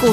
股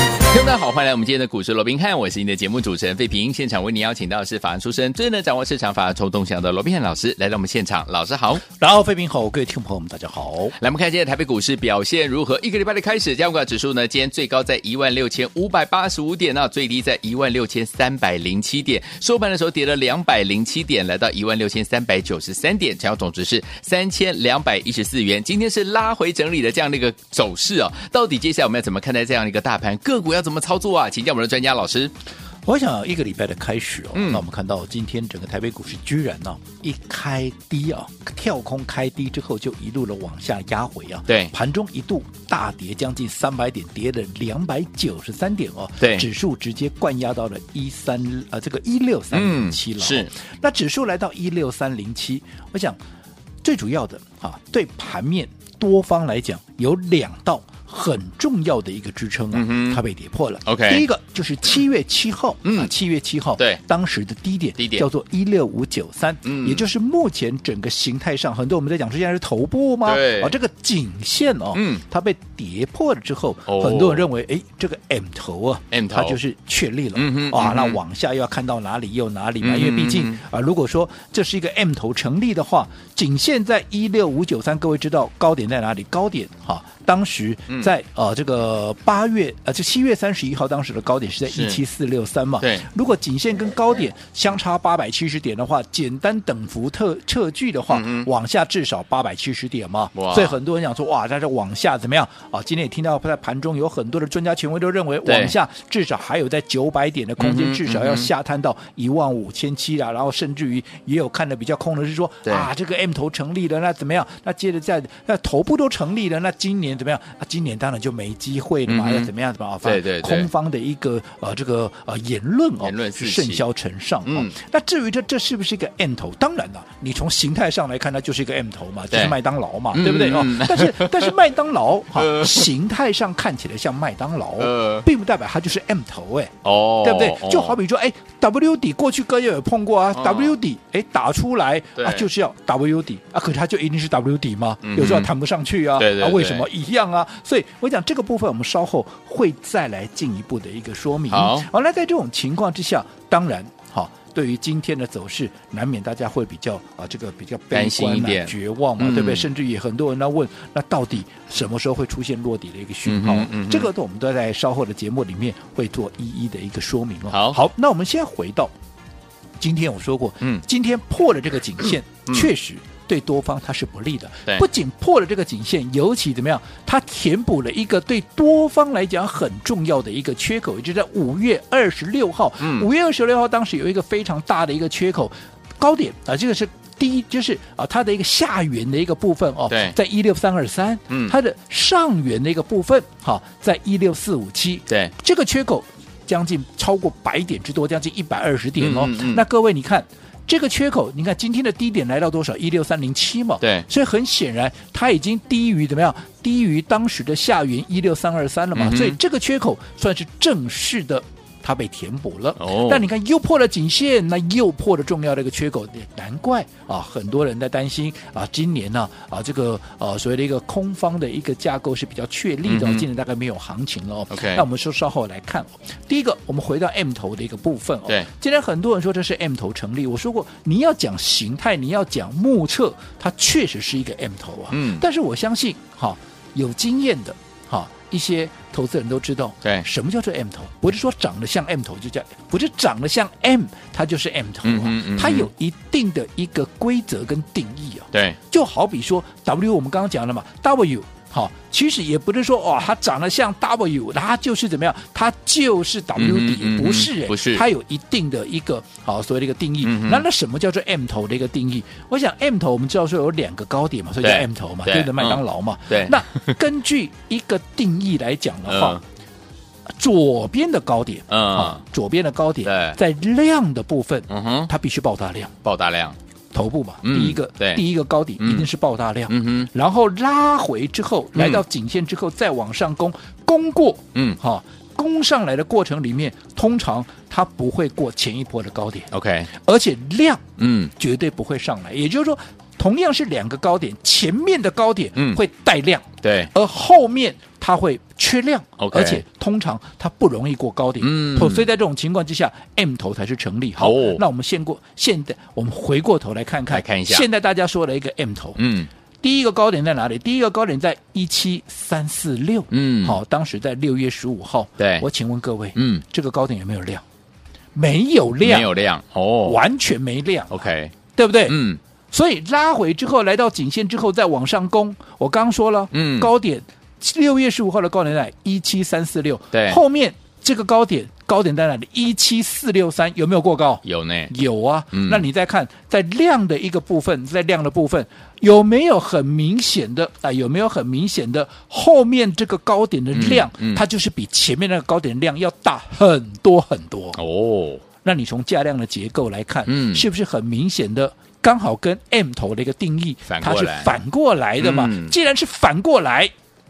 听众大家好，欢迎来我们今天的股市罗宾汉，我是你的节目主持人费平。现场为您邀请到的是法案出身、最能掌握市场法案冲动向的罗宾汉老师来到我们现场，老师好。然后，费平好，各位听众朋友们，大家好。来，我们看今天台北股市表现如何？一个礼拜的开始，加权指数呢，今天最高在一万六千五百八十五点啊，最低在一万六千三百零七点，收盘的时候跌了两百零七点，来到一万六千三百九十三点，成交总值是三千两百一十四元。今天是拉回整理的这样的一个走势哦，到底接下来我们要怎么看待这样的一个大盘个股要怎么操作啊？请教我们的专家老师。我想一个礼拜的开始哦，嗯那我们看到今天整个台北股市居然呢、一开低啊，跳空开低之后就一路的往下压回啊，对盘中一度大跌将近三百点，跌了两百九十三点哦，对指数直接灌压到了一三呃这个一六三零七了、嗯哦是，那指数来到一六三零七，我想最主要的啊，对盘面多方来讲有两道。很重要的一个支撑啊，嗯哼它被跌破了。 OK 第一个就是七月七号，嗯啊七月七号，对当时的低点，低点叫做一六五九三，嗯也就是目前整个形态上，很多我们在讲说现在是头部吗？对啊，这个颈线哦，嗯它被跌破了之后，哦很多人认为，哎，这个 M 头啊 M 头它就是确立了，嗯哼啊，嗯哼那往下又要看到哪里又哪里嘛，嗯因为毕嗯竟啊，如果说这是一个 M 头成立的话，颈线在一六五九三，各位知道高点在哪里？高点哈、当时嗯在、呃这个八月呃就七月三十一号，当时的高点是在是一七四六三嘛。对如果颈线跟高点相差八百七十点的话，简单等幅特撤距的话，嗯哼往下至少八百七十点嘛。哇所以很多人讲说，哇，在这往下怎么样啊？今天也听到在盘中有很多的专家权威都认为，对往下至少还有在九百点的空嗯间，哼至少嗯要哼下探到一万五千七啦，然后甚至于也有看的比较空的是说对啊，这个 M 头成立了，那怎么样？那接着在那头部都成立了，那今年怎么样？啊，今年当然就没机会了嗯嘛，哼要怎么样？怎么样？对对对空方的一个呃这个呃言论哦，言论四是起甚嚣尘上、哦。嗯那至于这这是不是一个 M 头？当然了，你从形态上来看，它就是一个 M 头嘛，就对是麦当劳嘛，嗯对不对哦嗯？但是但是麦当劳 哈、呃形态上看起来像麦当劳，呃并不代表它就是 M 头哎。哦对不对？就好比说，哎，W 底过去哥也有碰过啊、嗯 w 底哎打出来对啊，就是要 W 底啊，可是它就一定是 W 底吗？嗯哼有时候谈不上去啊，对对啊，对为什么一样啊？所以我讲这个部分，我们稍后会再来进一步的一个说明。好那在这种情况之下，当然好。对于今天的走势，难免大家会比较啊，这个比较悲担心观、一啊、点绝望嘛，嗯对不对？甚至于很多人来问，那到底什么时候会出现落底的一个讯号？嗯哼嗯哼这个我们都在稍后的节目里面会做一一的一个说明哦。好好，那我们先回到今天我说过，嗯今天破了这个颈线，嗯确实。对多方它是不利的对，不仅破了这个颈线，尤其怎么样，它填补了一个对多方来讲很重要的一个缺口，也就是在五月二十六号，嗯五、月二十六号当时有一个非常大的一个缺口高点啊，这个是第一，就是啊它的一个下缘的一个部分哦对，在一六三二三，嗯它的上缘的一个部分好、在一六四五七，对这个缺口将近超过百点之多，将近一百二十点哦。嗯嗯嗯那各位你看。这个缺口，你看今天的低点来到多少？一六三零七嘛。对所以很显然它已经低于怎么样？低于当时的下云一六三二三了嘛。嗯哼所以这个缺口算是正式的，它被填补了。哦但你看又破了颈线，那又破了重要的一个缺口，难怪啊，很多人在担心啊，今年呢啊这个呃所谓的一个空方的一个架构是比较确立的哦，嗯哼今年大概没有行情了哦。 OK 那我们说稍后来看、哦。第一个，我们回到 M 头的一个部分哦。对，今天很多人说这是 M 头成立，我说过，你要讲形态，你要讲目测，它确实是一个 M 头啊。嗯但是我相信，哈、有经验的，哈、一些投资人都知道，对什么叫做 M 头？不是说长得像 M 头就叫，不是长得像 M，它就是 M 头啊，嗯哼嗯哼它有一定的一个规则跟定义啊。对就好比说 W，我们刚刚讲了嘛，W 好、其实也不是说哦，它长得像 W，它就是怎么样，它就是 W 底，嗯嗯嗯嗯不是、欸，不是它有一定的一个好、所谓的一个定义。嗯哼那那什么叫做 M 头的一个定义？我想 M 头我们知道说有两个高点嘛，所以叫对 M 头嘛，对嗯对不对？麦当劳嘛，对那根据一个定义来讲的话，左边的高点，嗯啊左边的高点对在量的部分，嗯哼它必须爆大量。爆大量头部嘛，嗯第一个对第一个高点嗯一定是爆大量，嗯哼，然后拉回之后，嗯来到颈线之后再往上攻，攻过，嗯哈、攻上来的过程里面，通常它不会过前一波的高点， ，OK，而且量嗯绝对不会上来，也就是说，同样是两个高点，前面的高点嗯会带量，对，而后面它会缺量 OK 而且通常它不容易过高点，嗯所以在这种情况之下，M 头才是成立。好，哦那我们现过现在我们回过头来看看，来看一下现在大家说了一个 M 头，嗯第一个高点在哪里？第一个高点在一七三四六，嗯好，当时在六月十五号，对我请问各位，嗯，这个高点有没有量？没有量，哎没有量哦完全没量， ，OK，对不对？嗯所以拉回之后，来到颈线之后再往上攻，我刚说了，嗯高点六月十五号的高点在一七三四六，对后面这个高点高点在哪里？一七四六三有没有过高？有呢，有啊，嗯那你再看在量的一个部分，在量的部分有没有很明显的啊、有没有很明显的后面这个高点的量，嗯嗯它就是比前面那个高点量要大很多很多。哦，那你从价量的结构来看，嗯是不是很明显的？刚好跟 M 头的一个定义，反过它是来反过来的嘛。嗯既然是反过来，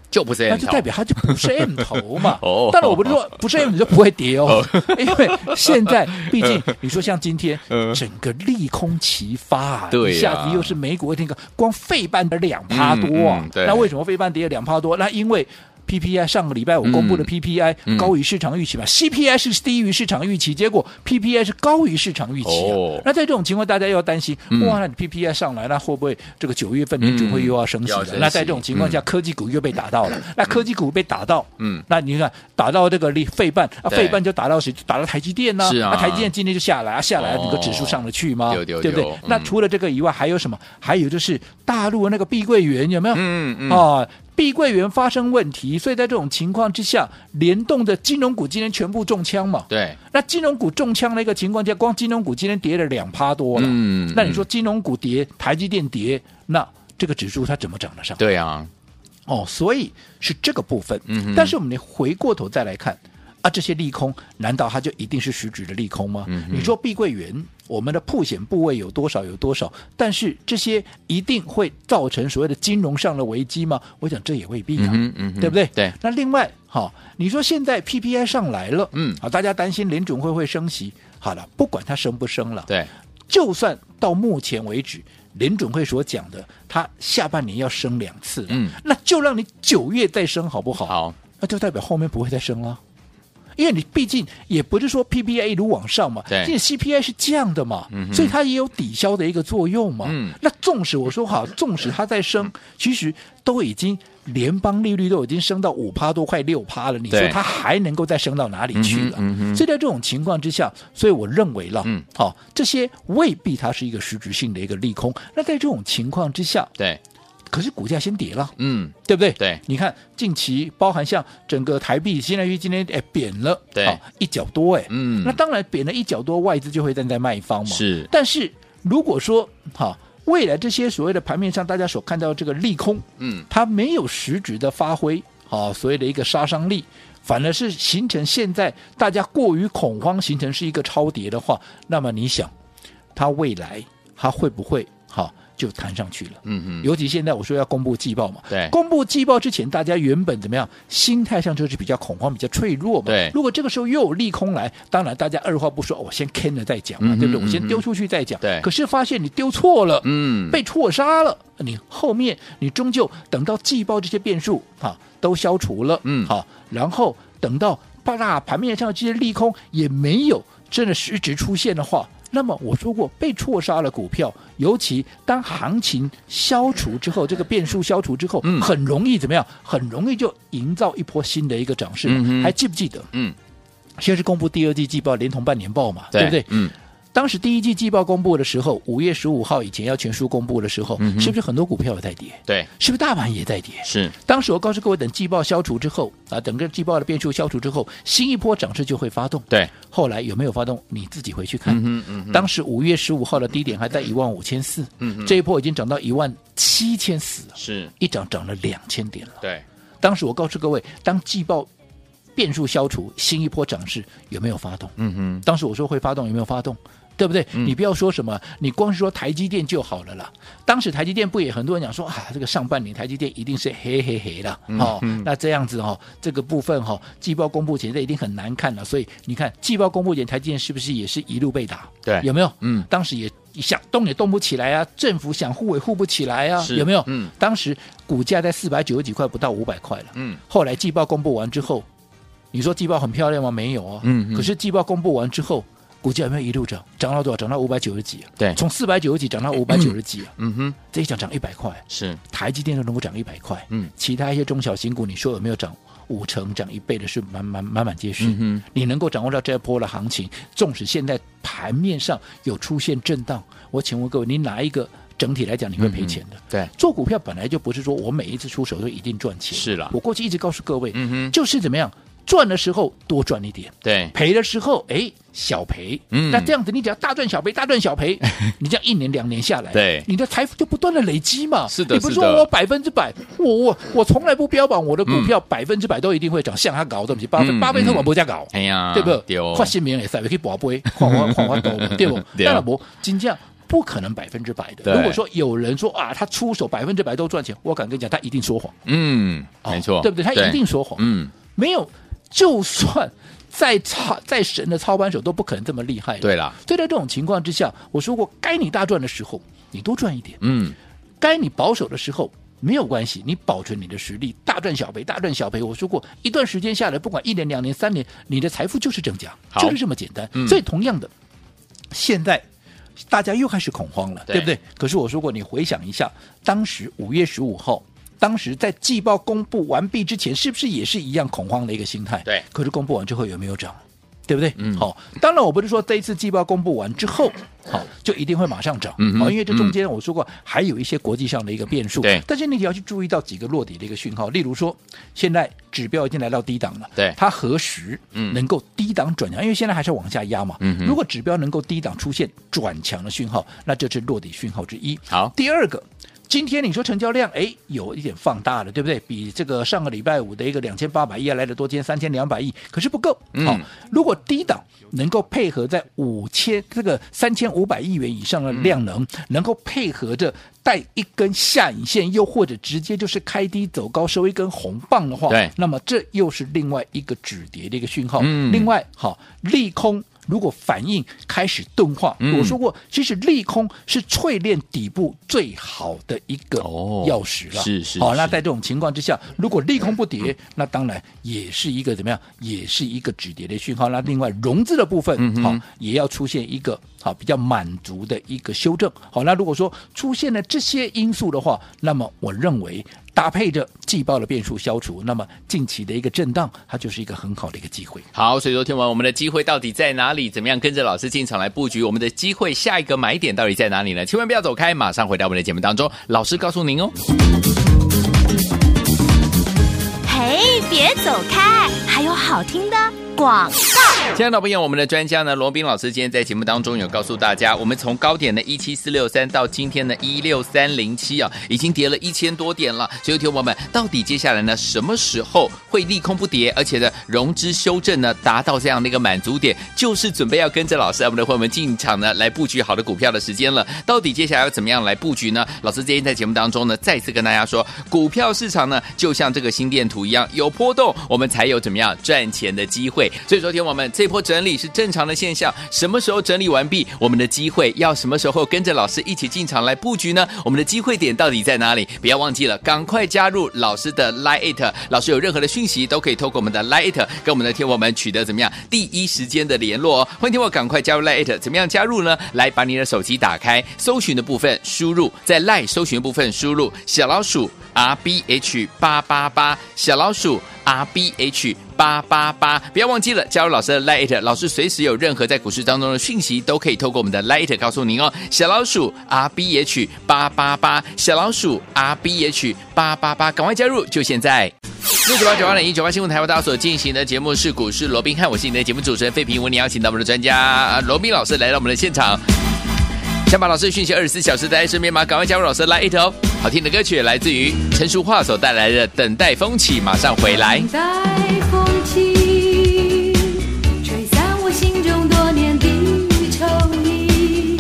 就不是那 M 就头。代表它就不是 M 头嘛哦当然我不是说不是 M 你就不会跌哦，因为 现在毕竟你说像今天嗯整个利空齐发啊，对呀一下子又是美股那个光费半的两趴多嗯啊嗯，对那为什么费半跌了两趴多？那因为。PPI 上个礼拜我公布的嗯 PPI、嗯高于市场预期吧，CPI 是低于市场预期，结果 PPI 是高于市场预期、啊哦那在这种情况，大家又要担心，嗯哇，那你 PPI 上来，那会不会这个九月份民主会又要升息嗯要了？升息那在这种情况下，科技股又被打到了，那科技股被打到，嗯那你看打到这个利费半啊，对费半就打到谁？就打到台积电呢、是啊那台积电今天就下来啊，下来啊哦你个指数上得去吗？对对不对对嗯？那除了这个以外，还有什么？还有就是大陆的那个碧桂园有没有？嗯嗯，啊，碧桂园发生问题，所以在这种情况之下，联动的金融股今天全部中枪嘛。对，那金融股中枪的一个情况下，光金融股今天跌了两趴多了。嗯那你说金融股跌，台积电跌，那这个指数它怎么涨得上？对啊，哦，所以是这个部分。嗯哼但是我们回过头再来看啊，这些利空难道它就一定是实质的利空吗？嗯哼你说碧桂园我们的破险部位有多少有多少，但是这些一定会造成所谓的金融上的危机吗？我想这也未必嗯啊。哼嗯哼对不对？对，那另外，好、你说现在 PPI 上来了，嗯好，大家担心联准会会升息，好了，不管它升不升了，对，就算到目前为止，联准会所讲的，它下半年要升两次，嗯，那就让你九月再升好不好？，好，那就代表后面不会再升了。因为你毕竟也不是说 PPI 一路往上嘛，对这 CPI 是降的嘛，所以它也有抵消的一个作用嘛。嗯那纵使我说好，纵使它在升，其实都已经联邦利率都已经升到五趴多，快六趴了，你说对它还能够再升到哪里去了？嗯哼嗯哼所以在这种情况之下，所以我认为了，嗯好、这些未必它是一个实质性的一个利空。那在这种情况之下，对，可是股价先跌了。嗯对不对？对你看近期包含像整个台币，现在因为今天哎贬了，对好一角多哎，嗯那当然贬了一角多，外资就会站在卖方嘛。是但是如果说好未来这些所谓的盘面上大家所看到的这个利空，嗯它没有实质的发挥啊，所谓的一个杀伤力，反而是形成现在大家过于恐慌，形成是一个超跌的话，那么你想，它未来它会不会好就弹上去了？嗯哼，尤其现在我说要公布季报嘛，对公布季报之前，大家原本怎么样，心态上就是比较恐慌、比较脆弱嘛。对如果这个时候又有利空来，当然大家二话不说，我、哦先坑了再讲嘛，嗯哼对不嗯对？我哼先丢出去再讲。对可是发现你丢错了，嗯，被错杀了，你后面你终究等到季报这些变数啊都消除了，嗯好，然后等到大盘面上这些利空也没有真的实质出现的话。那么我说过，被错杀了股票，尤其当行情消除之后，这个变数消除之后，嗯很容易怎么样？很容易就营造一波新的一个涨势嘛。嗯哼还记不记得？嗯，先是公布第二季季报，连同半年报嘛，不对？嗯，当时第一季季报公布的时候，五月十五号以前要全数公布的时候，嗯哼是不是很多股票有在跌？对，是不是大盘也在跌？是，当时我告诉各位，等季报消除之后啊，整个季报的变数消除之后，新一波涨势就会发动。对，后来有没有发动？你自己回去看。嗯哼嗯哼，当时五月十五号的低点还在一万五千四，嗯哼这一波已经涨到一万七千四了，是，一涨涨了两千点了。对，当时我告诉各位，当季报变数消除，新一波涨势有没有发动？嗯哼，当时我说会发动，有没有发动？对不对？嗯你不要说什么，你光是说台积电就好了啦。当时台积电不也很多人讲说啊，这个上半年台积电一定是黑黑黑的，嗯哦，那这样子哦，这个部分哈、哦，季报公布前这一定很难看了。所以你看季报公布前，台积电是不是也是一路被打？对有没有？嗯当时也想动也动不起来啊，政府想护也护不起来啊，是有没有？嗯，当时股价在四百九十几块，不到五百块了。嗯，后来季报公布完之后，你说季报很漂亮吗？没有啊。嗯嗯可是季报公布完之后，股价有没有一路涨？涨到多少？涨到五百九十几啊。对从四百九十几涨到五百九十几啊，嗯哼，这一涨涨一百块。是，台积电都能够涨一百块，嗯其他一些中小型股，你说有没有涨五成、涨一倍的是满满满满皆是。嗯你能够掌握到这一波的行情，纵使现在盘面上有出现震荡，我请问各位，你哪一个整体来讲你会赔钱的？对，做股票本来就不是说我每一次出手都一定赚钱，是啦我过去一直告诉各位，嗯哼就是怎么样赚的时候多赚一点，对，赔的时候哎小赔，嗯那这样子你只要大赚小赔，大赚 小赔，你这样一年两年下来，对你的财富就不断的累积嘛。是的你不是是说的我百分之百，我我我从来不标榜我的股票百分之百都一定会涨，像他搞这么些，巴菲嗯巴菲特嘛不这样搞。哎呀，对不对？丢，发新名也塞，可以博杯， 换换换换斗，对不？ 对哦当然不，金价不可能百分之百对的。如果说有人说啊，他出手百分之百都赚钱，我敢跟你讲，他一定说谎，嗯，没错，哦对不对？他一定，说谎，嗯，没有，就算再操 再神的操盘手都不可能这么厉害。对，啦，所以在这种情况之下，我说过，该你大赚的时候，你多赚一点；嗯，该你保守的时候。没有关系，你保存你的实力，大赚小赔，大赚小赔。我说过，一段时间下来，不管一年、两年、三年，你的财富就是增加，好就是这么简单。嗯所以，同样的，现在大家又开始恐慌了，对对不对？可是我说过，你回想一下，当时五月十五号，当时在季报公布完毕之前，是不是也是一样恐慌的一个心态？对可是公布完之后有没有涨？对不对？嗯好，当然我不是说这一次季报公布完之后，好就一定会马上涨，嗯哼好，因为这中间我说过还有一些国际上的一个变数，对但是你也要去注意到几个落底的一个讯号，例如说现在指标已经来到低档了，对它何时嗯能够低档转强？因为现在还是往下压嘛，嗯哼如果指标能够低档出现转强的讯号，那这是落底讯号之一。好，第二个，今天你说成交量，哎，有一点放大了，对不对？比这个上个礼拜五的一个两千八百亿啊来的多，今天三千两百亿，可是不够。好、嗯如果低档能够配合在五千这个三千五百亿元以上的量嗯能，能够配合着带一根下影线，又或者直接就是开低走高收一根红棒的话，对那么这又是另外一个止跌的一个讯号。嗯另外，好、利空。如果反应开始钝化，嗯我说过，其实利空是淬炼底部最好的一个哦钥匙了。是是好，那是在这种情况之下，如果利空不跌，那当然也是一个怎么样，也是一个止跌的讯号。那另外融资的部分，嗯哼好、也要出现一个好比较满足的一个修正。好，那如果说出现了这些因素的话，那么我认为。搭配着季报的变数消除，那么近期的一个震荡，它就是一个很好的一个机会。好，所以说听完我们的机会到底在哪里？怎么样跟着老师进场来布局我们的机会？下一个买点到底在哪里呢？千万不要走开，马上回到我们的节目当中，老师告诉您哦。嘿，别走开，还有好听的广。亲爱的朋友我们的专家呢，罗斌老师今天在节目当中有告诉大家，我们从高点的一七四六三到今天的一六三零七啊，已经跌了一千多点了。所以，听众朋友们，到底接下来呢，什么时候会利空不跌，而且呢，融资修正呢，达到这样的一个满足点，就是准备要跟着老师我们的伙伴们进场呢，来布局好的股票的时间了。到底接下来要怎么样来布局呢？老师今天在节目当中呢，再次跟大家说，股票市场呢，就像这个心电图一样，有波动，我们才有怎么样赚钱的机会。所以说，天王们，这波整理是正常的现象。什么时候整理完毕，我们的机会要什么时候跟着老师一起进场来布局呢？我们的机会点到底在哪里？不要忘记了，赶快加入老师的 Line It。老师有任何的讯息都可以透过我们的 Line It 跟我们的天王们取得怎么样第一时间的联络哦。欢迎天王赶快加入 Line It，怎么样加入呢？来把你的手机打开，搜寻的部分输入在 Line 搜寻的部分输入小老鼠 R B H 八八八，小老鼠 R B H。八八八，不要忘记了加入老师的 Light，老师随时有任何在股市当中的讯息，都可以透过我们的 Light 告诉您哦。小老鼠 R B H 八八八，小老鼠 R B H 八八八，赶快加入，就现在。六九八九八零一九八新闻台为大家所进行的节目是股市罗宾汉，我是你的节目主持人费平，为你邀请到我们的专家啊罗宾老师来到我们的现场。想把老师的讯息二十四小时带在身边吗？赶快加入老师的 Light 哦！好听的歌曲来自于陈淑桦所带来的《等待风起》，马上回来。等待风起，吹散我心中多年的愁意。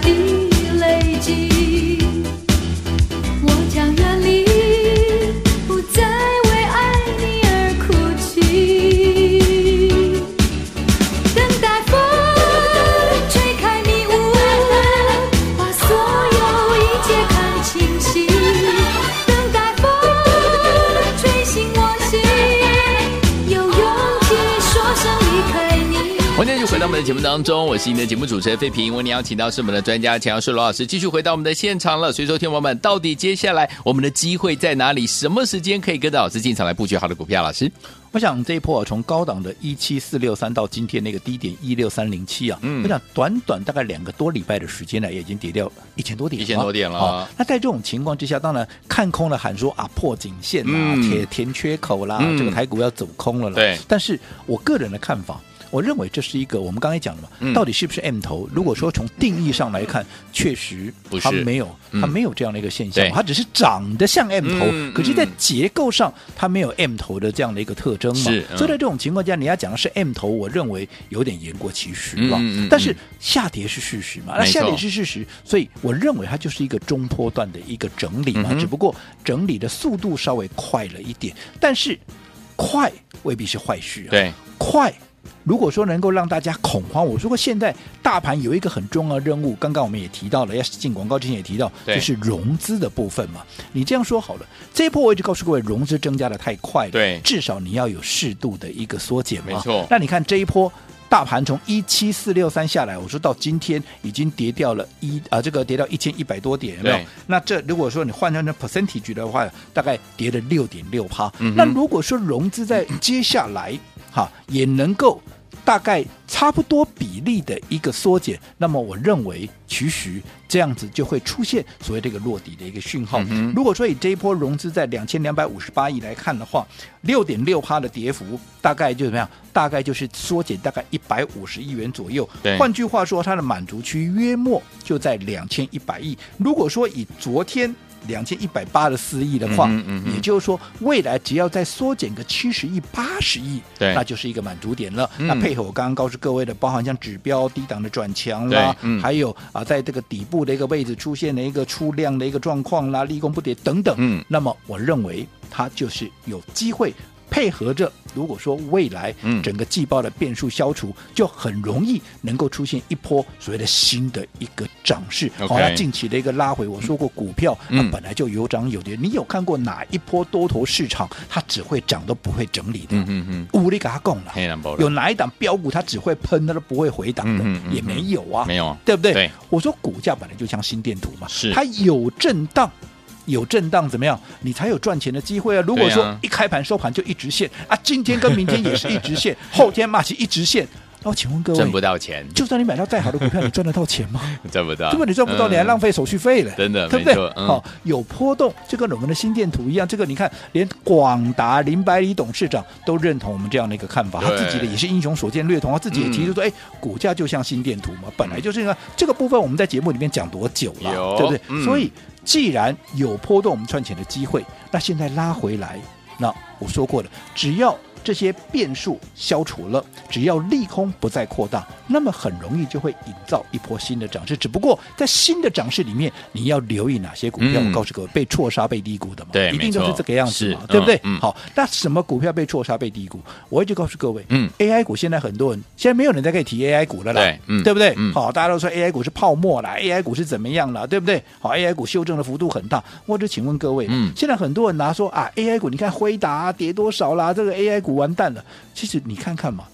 的累积。我将远离，不再为爱你而哭泣。等待风吹开迷雾，把所有一切看清晰。等待风吹醒我心，有勇气说声离开你。欢迎继续回到我们的节目当中，我是你的节目主持人费平。为你邀请到是我们的专家钱老师罗老师，继续回到我们的现场了。所以说，天王们，到底接下来我们的机会在哪里？什么时间可以跟着老师进场来布局好的股票？老师，我想这一波啊，从高档的一七四六三到今天那个低点一六三零七啊，嗯我想短短大概两个多礼拜的时间呢，也已经跌掉一千多点了， 1000多点了好那在这种情况之下，当然看空了喊说啊破颈线啦，嗯填填缺口啦，嗯这个台股要走空了啦。对但是我个人的看法。我认为这是一个，我们刚才讲了嘛，嗯到底是不是 M 头？如果说从定义上来看，确实不是它没有，它嗯没有这样的一个现象对，它只是长得像 M 头嗯，可是，在嗯结构上它没有 M 头的这样的一个特征嘛。是嗯所以在这种情况下，你要讲的是 M 头，我认为有点言过其实嗯了。嗯嗯但是下跌是事实嘛，那没错下跌是事实，所以我认为它就是一个中波段的一个整理嗯嘛，哼只不过整理的速度稍微快了一点，但是快未必是坏事、啊。对，快。如果说能够让大家恐慌，我说过现在大盘有一个很重要的任务，刚刚我们也提到了，要进广告之前也提到，对就是融资的部分嘛。你这样说好了，这一波我一直告诉各位，融资增加的太快了，对至少你要有适度的一个缩减嘛。没错那你看这一波。大盘从一七四六三下来，我说到今天已经跌掉了一啊、这个跌到一千一百多点，有没有对？那这如果说你换算成 percentage 的话，大概跌了六点六趴。嗯哼那如果说融资在接下来哈也能够大概差不多比例的一个缩减，那么我认为其实这样子就会出现所谓这个落底的一个讯号。嗯哼如果说以这一波融资在两千两百五十八亿来看的话，六点六趴的跌幅大概就怎么样？大概就是缩减大概一百五十亿元左右对。换句话说，它的满足区约莫就在两千一百亿。如果说以昨天。两千一百八十四亿的话，嗯哼嗯哼也就是说，未来只要再缩减个七十亿、八十亿，对那就是一个满足点了。嗯那配合我刚刚告诉各位的，包含像指标低档的转强啦对，嗯还有啊，在这个底部的一个位置出现了一个出量的一个状况啦，立功不跌等等。嗯那么我认为它就是有机会。配合着，如果说未来嗯整个季报的变数消除，就很容易能够出现一波所谓的新的一个涨势。 OK 好，那近期的一个拉回，我说过股票、嗯那本来就有涨有跌，你有看过哪一波多头市场它只会涨都不会整理的？嗯嗯嗯，无力给他供了。黑蓝宝了有哪一档标股它只会喷，它都不会回档的，嗯嗯嗯也没有啊，没有啊对不对？对我说股价本来就像心电图嘛，是它有震荡。有震荡怎么样？你才有赚钱的机会啊！如果对啊说一开盘收盘就一直线啊，今天跟明天也是一直线，后天嘛是一 直线，那我请问各挣不位，到钱，就算你买到再好的股票，你赚得到钱吗？挣不到，嗯根本你赚不到，你还浪费。费手续费嘞，真的对不对没错？嗯好，有波动，就跟我们的心电图一样。这个你看，连广达林百里董事长都认同我们这样的一个看法，他对嗯自己的也是英雄所见略同，他自己也提出说，哎，股价就像心电图嘛，本来就是呢。这个部分我们在节目里面讲多久有了，对不嗯对？所以既然有波动，我们赚钱的机会，那现在拉回来，那我说过了，只要这些变数消除了，只要利空不再扩大，那么很容易就会营造一波新的涨势。只不过在新的涨势里面，你要留意哪些股票？嗯我告诉各位，被错杀、被低估的嘛，对一定都没是错这个样子嘛是，对不对？嗯嗯好，那什么股票被错杀、被低估？我一直告诉各位，嗯，AI 股现在很多人现在没有人再可以提 AI 股了啦，对嗯不对？嗯好，哦大家都说 AI 股是泡沫啦，AI 股是怎么样啦，对不对？好，AI 股修正的幅度很大，我只请问各位，嗯现在很多人拿说啊，AI 股你看辉达、啊跌多少啦，这个 AI 股完蛋了。其实你看看嘛，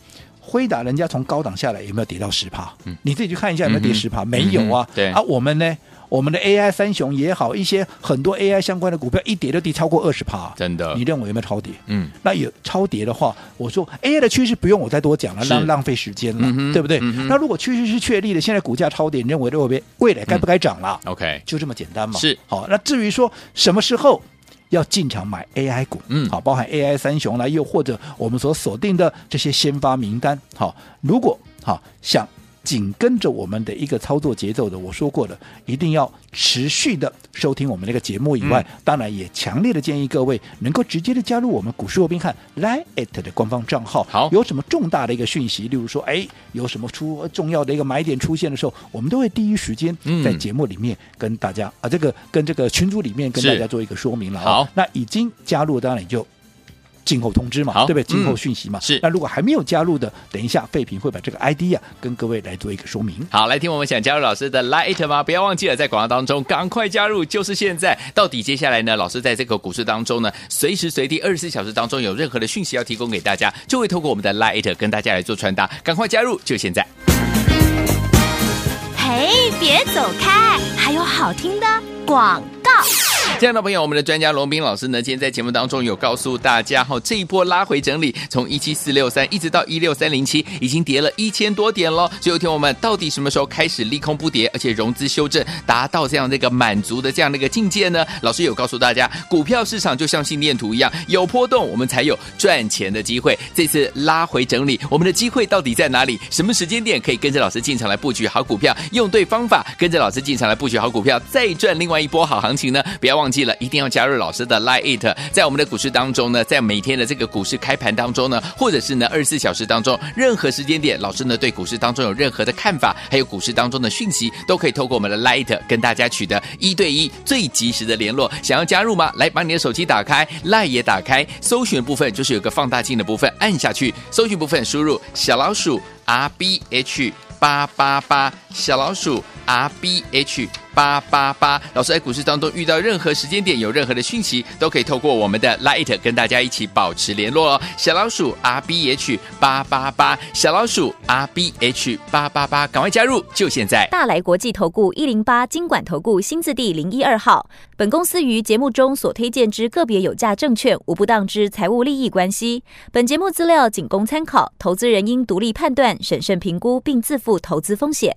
辉达人家从高档下来有没有跌到十趴？嗯，你自己去看一下有没有跌十趴、没有啊嗯哼。对啊，我们呢，我们的 AI 三雄也好，一些很多 AI 相关的股票一跌就跌超过二十趴，真的你认为有没有超跌？嗯，那有超跌的话，我说 AI 的趋势不用我再多讲了，是浪浪费时间了，嗯哼对不对、嗯哼那如果趋势是确立的，现在股价超跌，你认为未来未来该不该涨了？ OK，就这么简单嘛。是好，那至于说什么时候要进场买 AI 股，嗯好，包含 AI 三雄啦，又或者我们所锁定的这些先发名单，好，如果好想。紧跟着我们的一个操作节奏的，我说过的，一定要持续的收听我们这个节目以外，嗯当然也强烈的建议各位能够直接的加入我们股市罗宾汉 Line at 的官方账号。好有什么重大的一个讯息，例如说，哎，有什么出重要的一个买点出现的时候，我们都会第一时间嗯在节目里面跟大家、啊，这个跟这个群组里面跟是大家做一个说明了、哦。好那已经加入，当然也就。静候通知嘛好，对不对？静候嗯讯息嘛。是那如果还没有加入的，等一下废品会把这个 ID 啊跟各位来做一个说明。好，来听我们想加入老师的 Light 吗？不要忘记了，在广告当中赶快加入，就是现在。到底接下来呢，老师在这个股市当中呢，随时随地二十四小时当中有任何的讯息要提供给大家，就会透过我们的 Light 跟大家来做传达。赶快加入，就现在。嘿，别走开，还有好听的广告。亲爱的朋友，我们的专家龙斌老师呢，今天在节目当中有告诉大家哈、这一波拉回整理，从一七四六三一直到一六三零七，已经跌了一千多点喽。所以，有听我们到底什么时候开始利空不跌，而且融资修正达到这样的一个满足的这样的一个境界呢？老师有告诉大家，股票市场就像心电图一样，有波动我们才有赚钱的机会。这次拉回整理，我们的机会到底在哪里？什么时间点可以跟着老师进场来布局好股票？用对方法，跟着老师进场来布局好股票，再赚另外一波好行情呢？不要忘记了，一定要加入老师的 Line It，在我们的股市当中呢，在每天的这个股市开盘当中呢，或者是呢二十四小时当中，任何时间点，老师呢对股市当中有任何的看法，还有股市当中的讯息，都可以透过我们的 Line It 跟大家取得一对一最及时的联络。想要加入吗？来，把你的手机打开，Line 也打开，搜寻部分就是有个放大镜的部分，按下去，搜寻部分输入小老鼠 R B H。八八八，小老鼠 R B H 八八八。老师在股市当中遇到任何时间点有任何的讯息，都可以透过我们的 Light 跟大家一起保持联络哦。小老鼠 R B H 八八八，小老鼠 R B H 八八八，赶快加入，就现在。大来国际投顾一零八金管投顾新字第零一二号。本公司于节目中所推荐之个别有价证券，无不当之财务利益关系。本节目资料仅供参考，投资人应独立判断、审慎评估，并自负投资风险。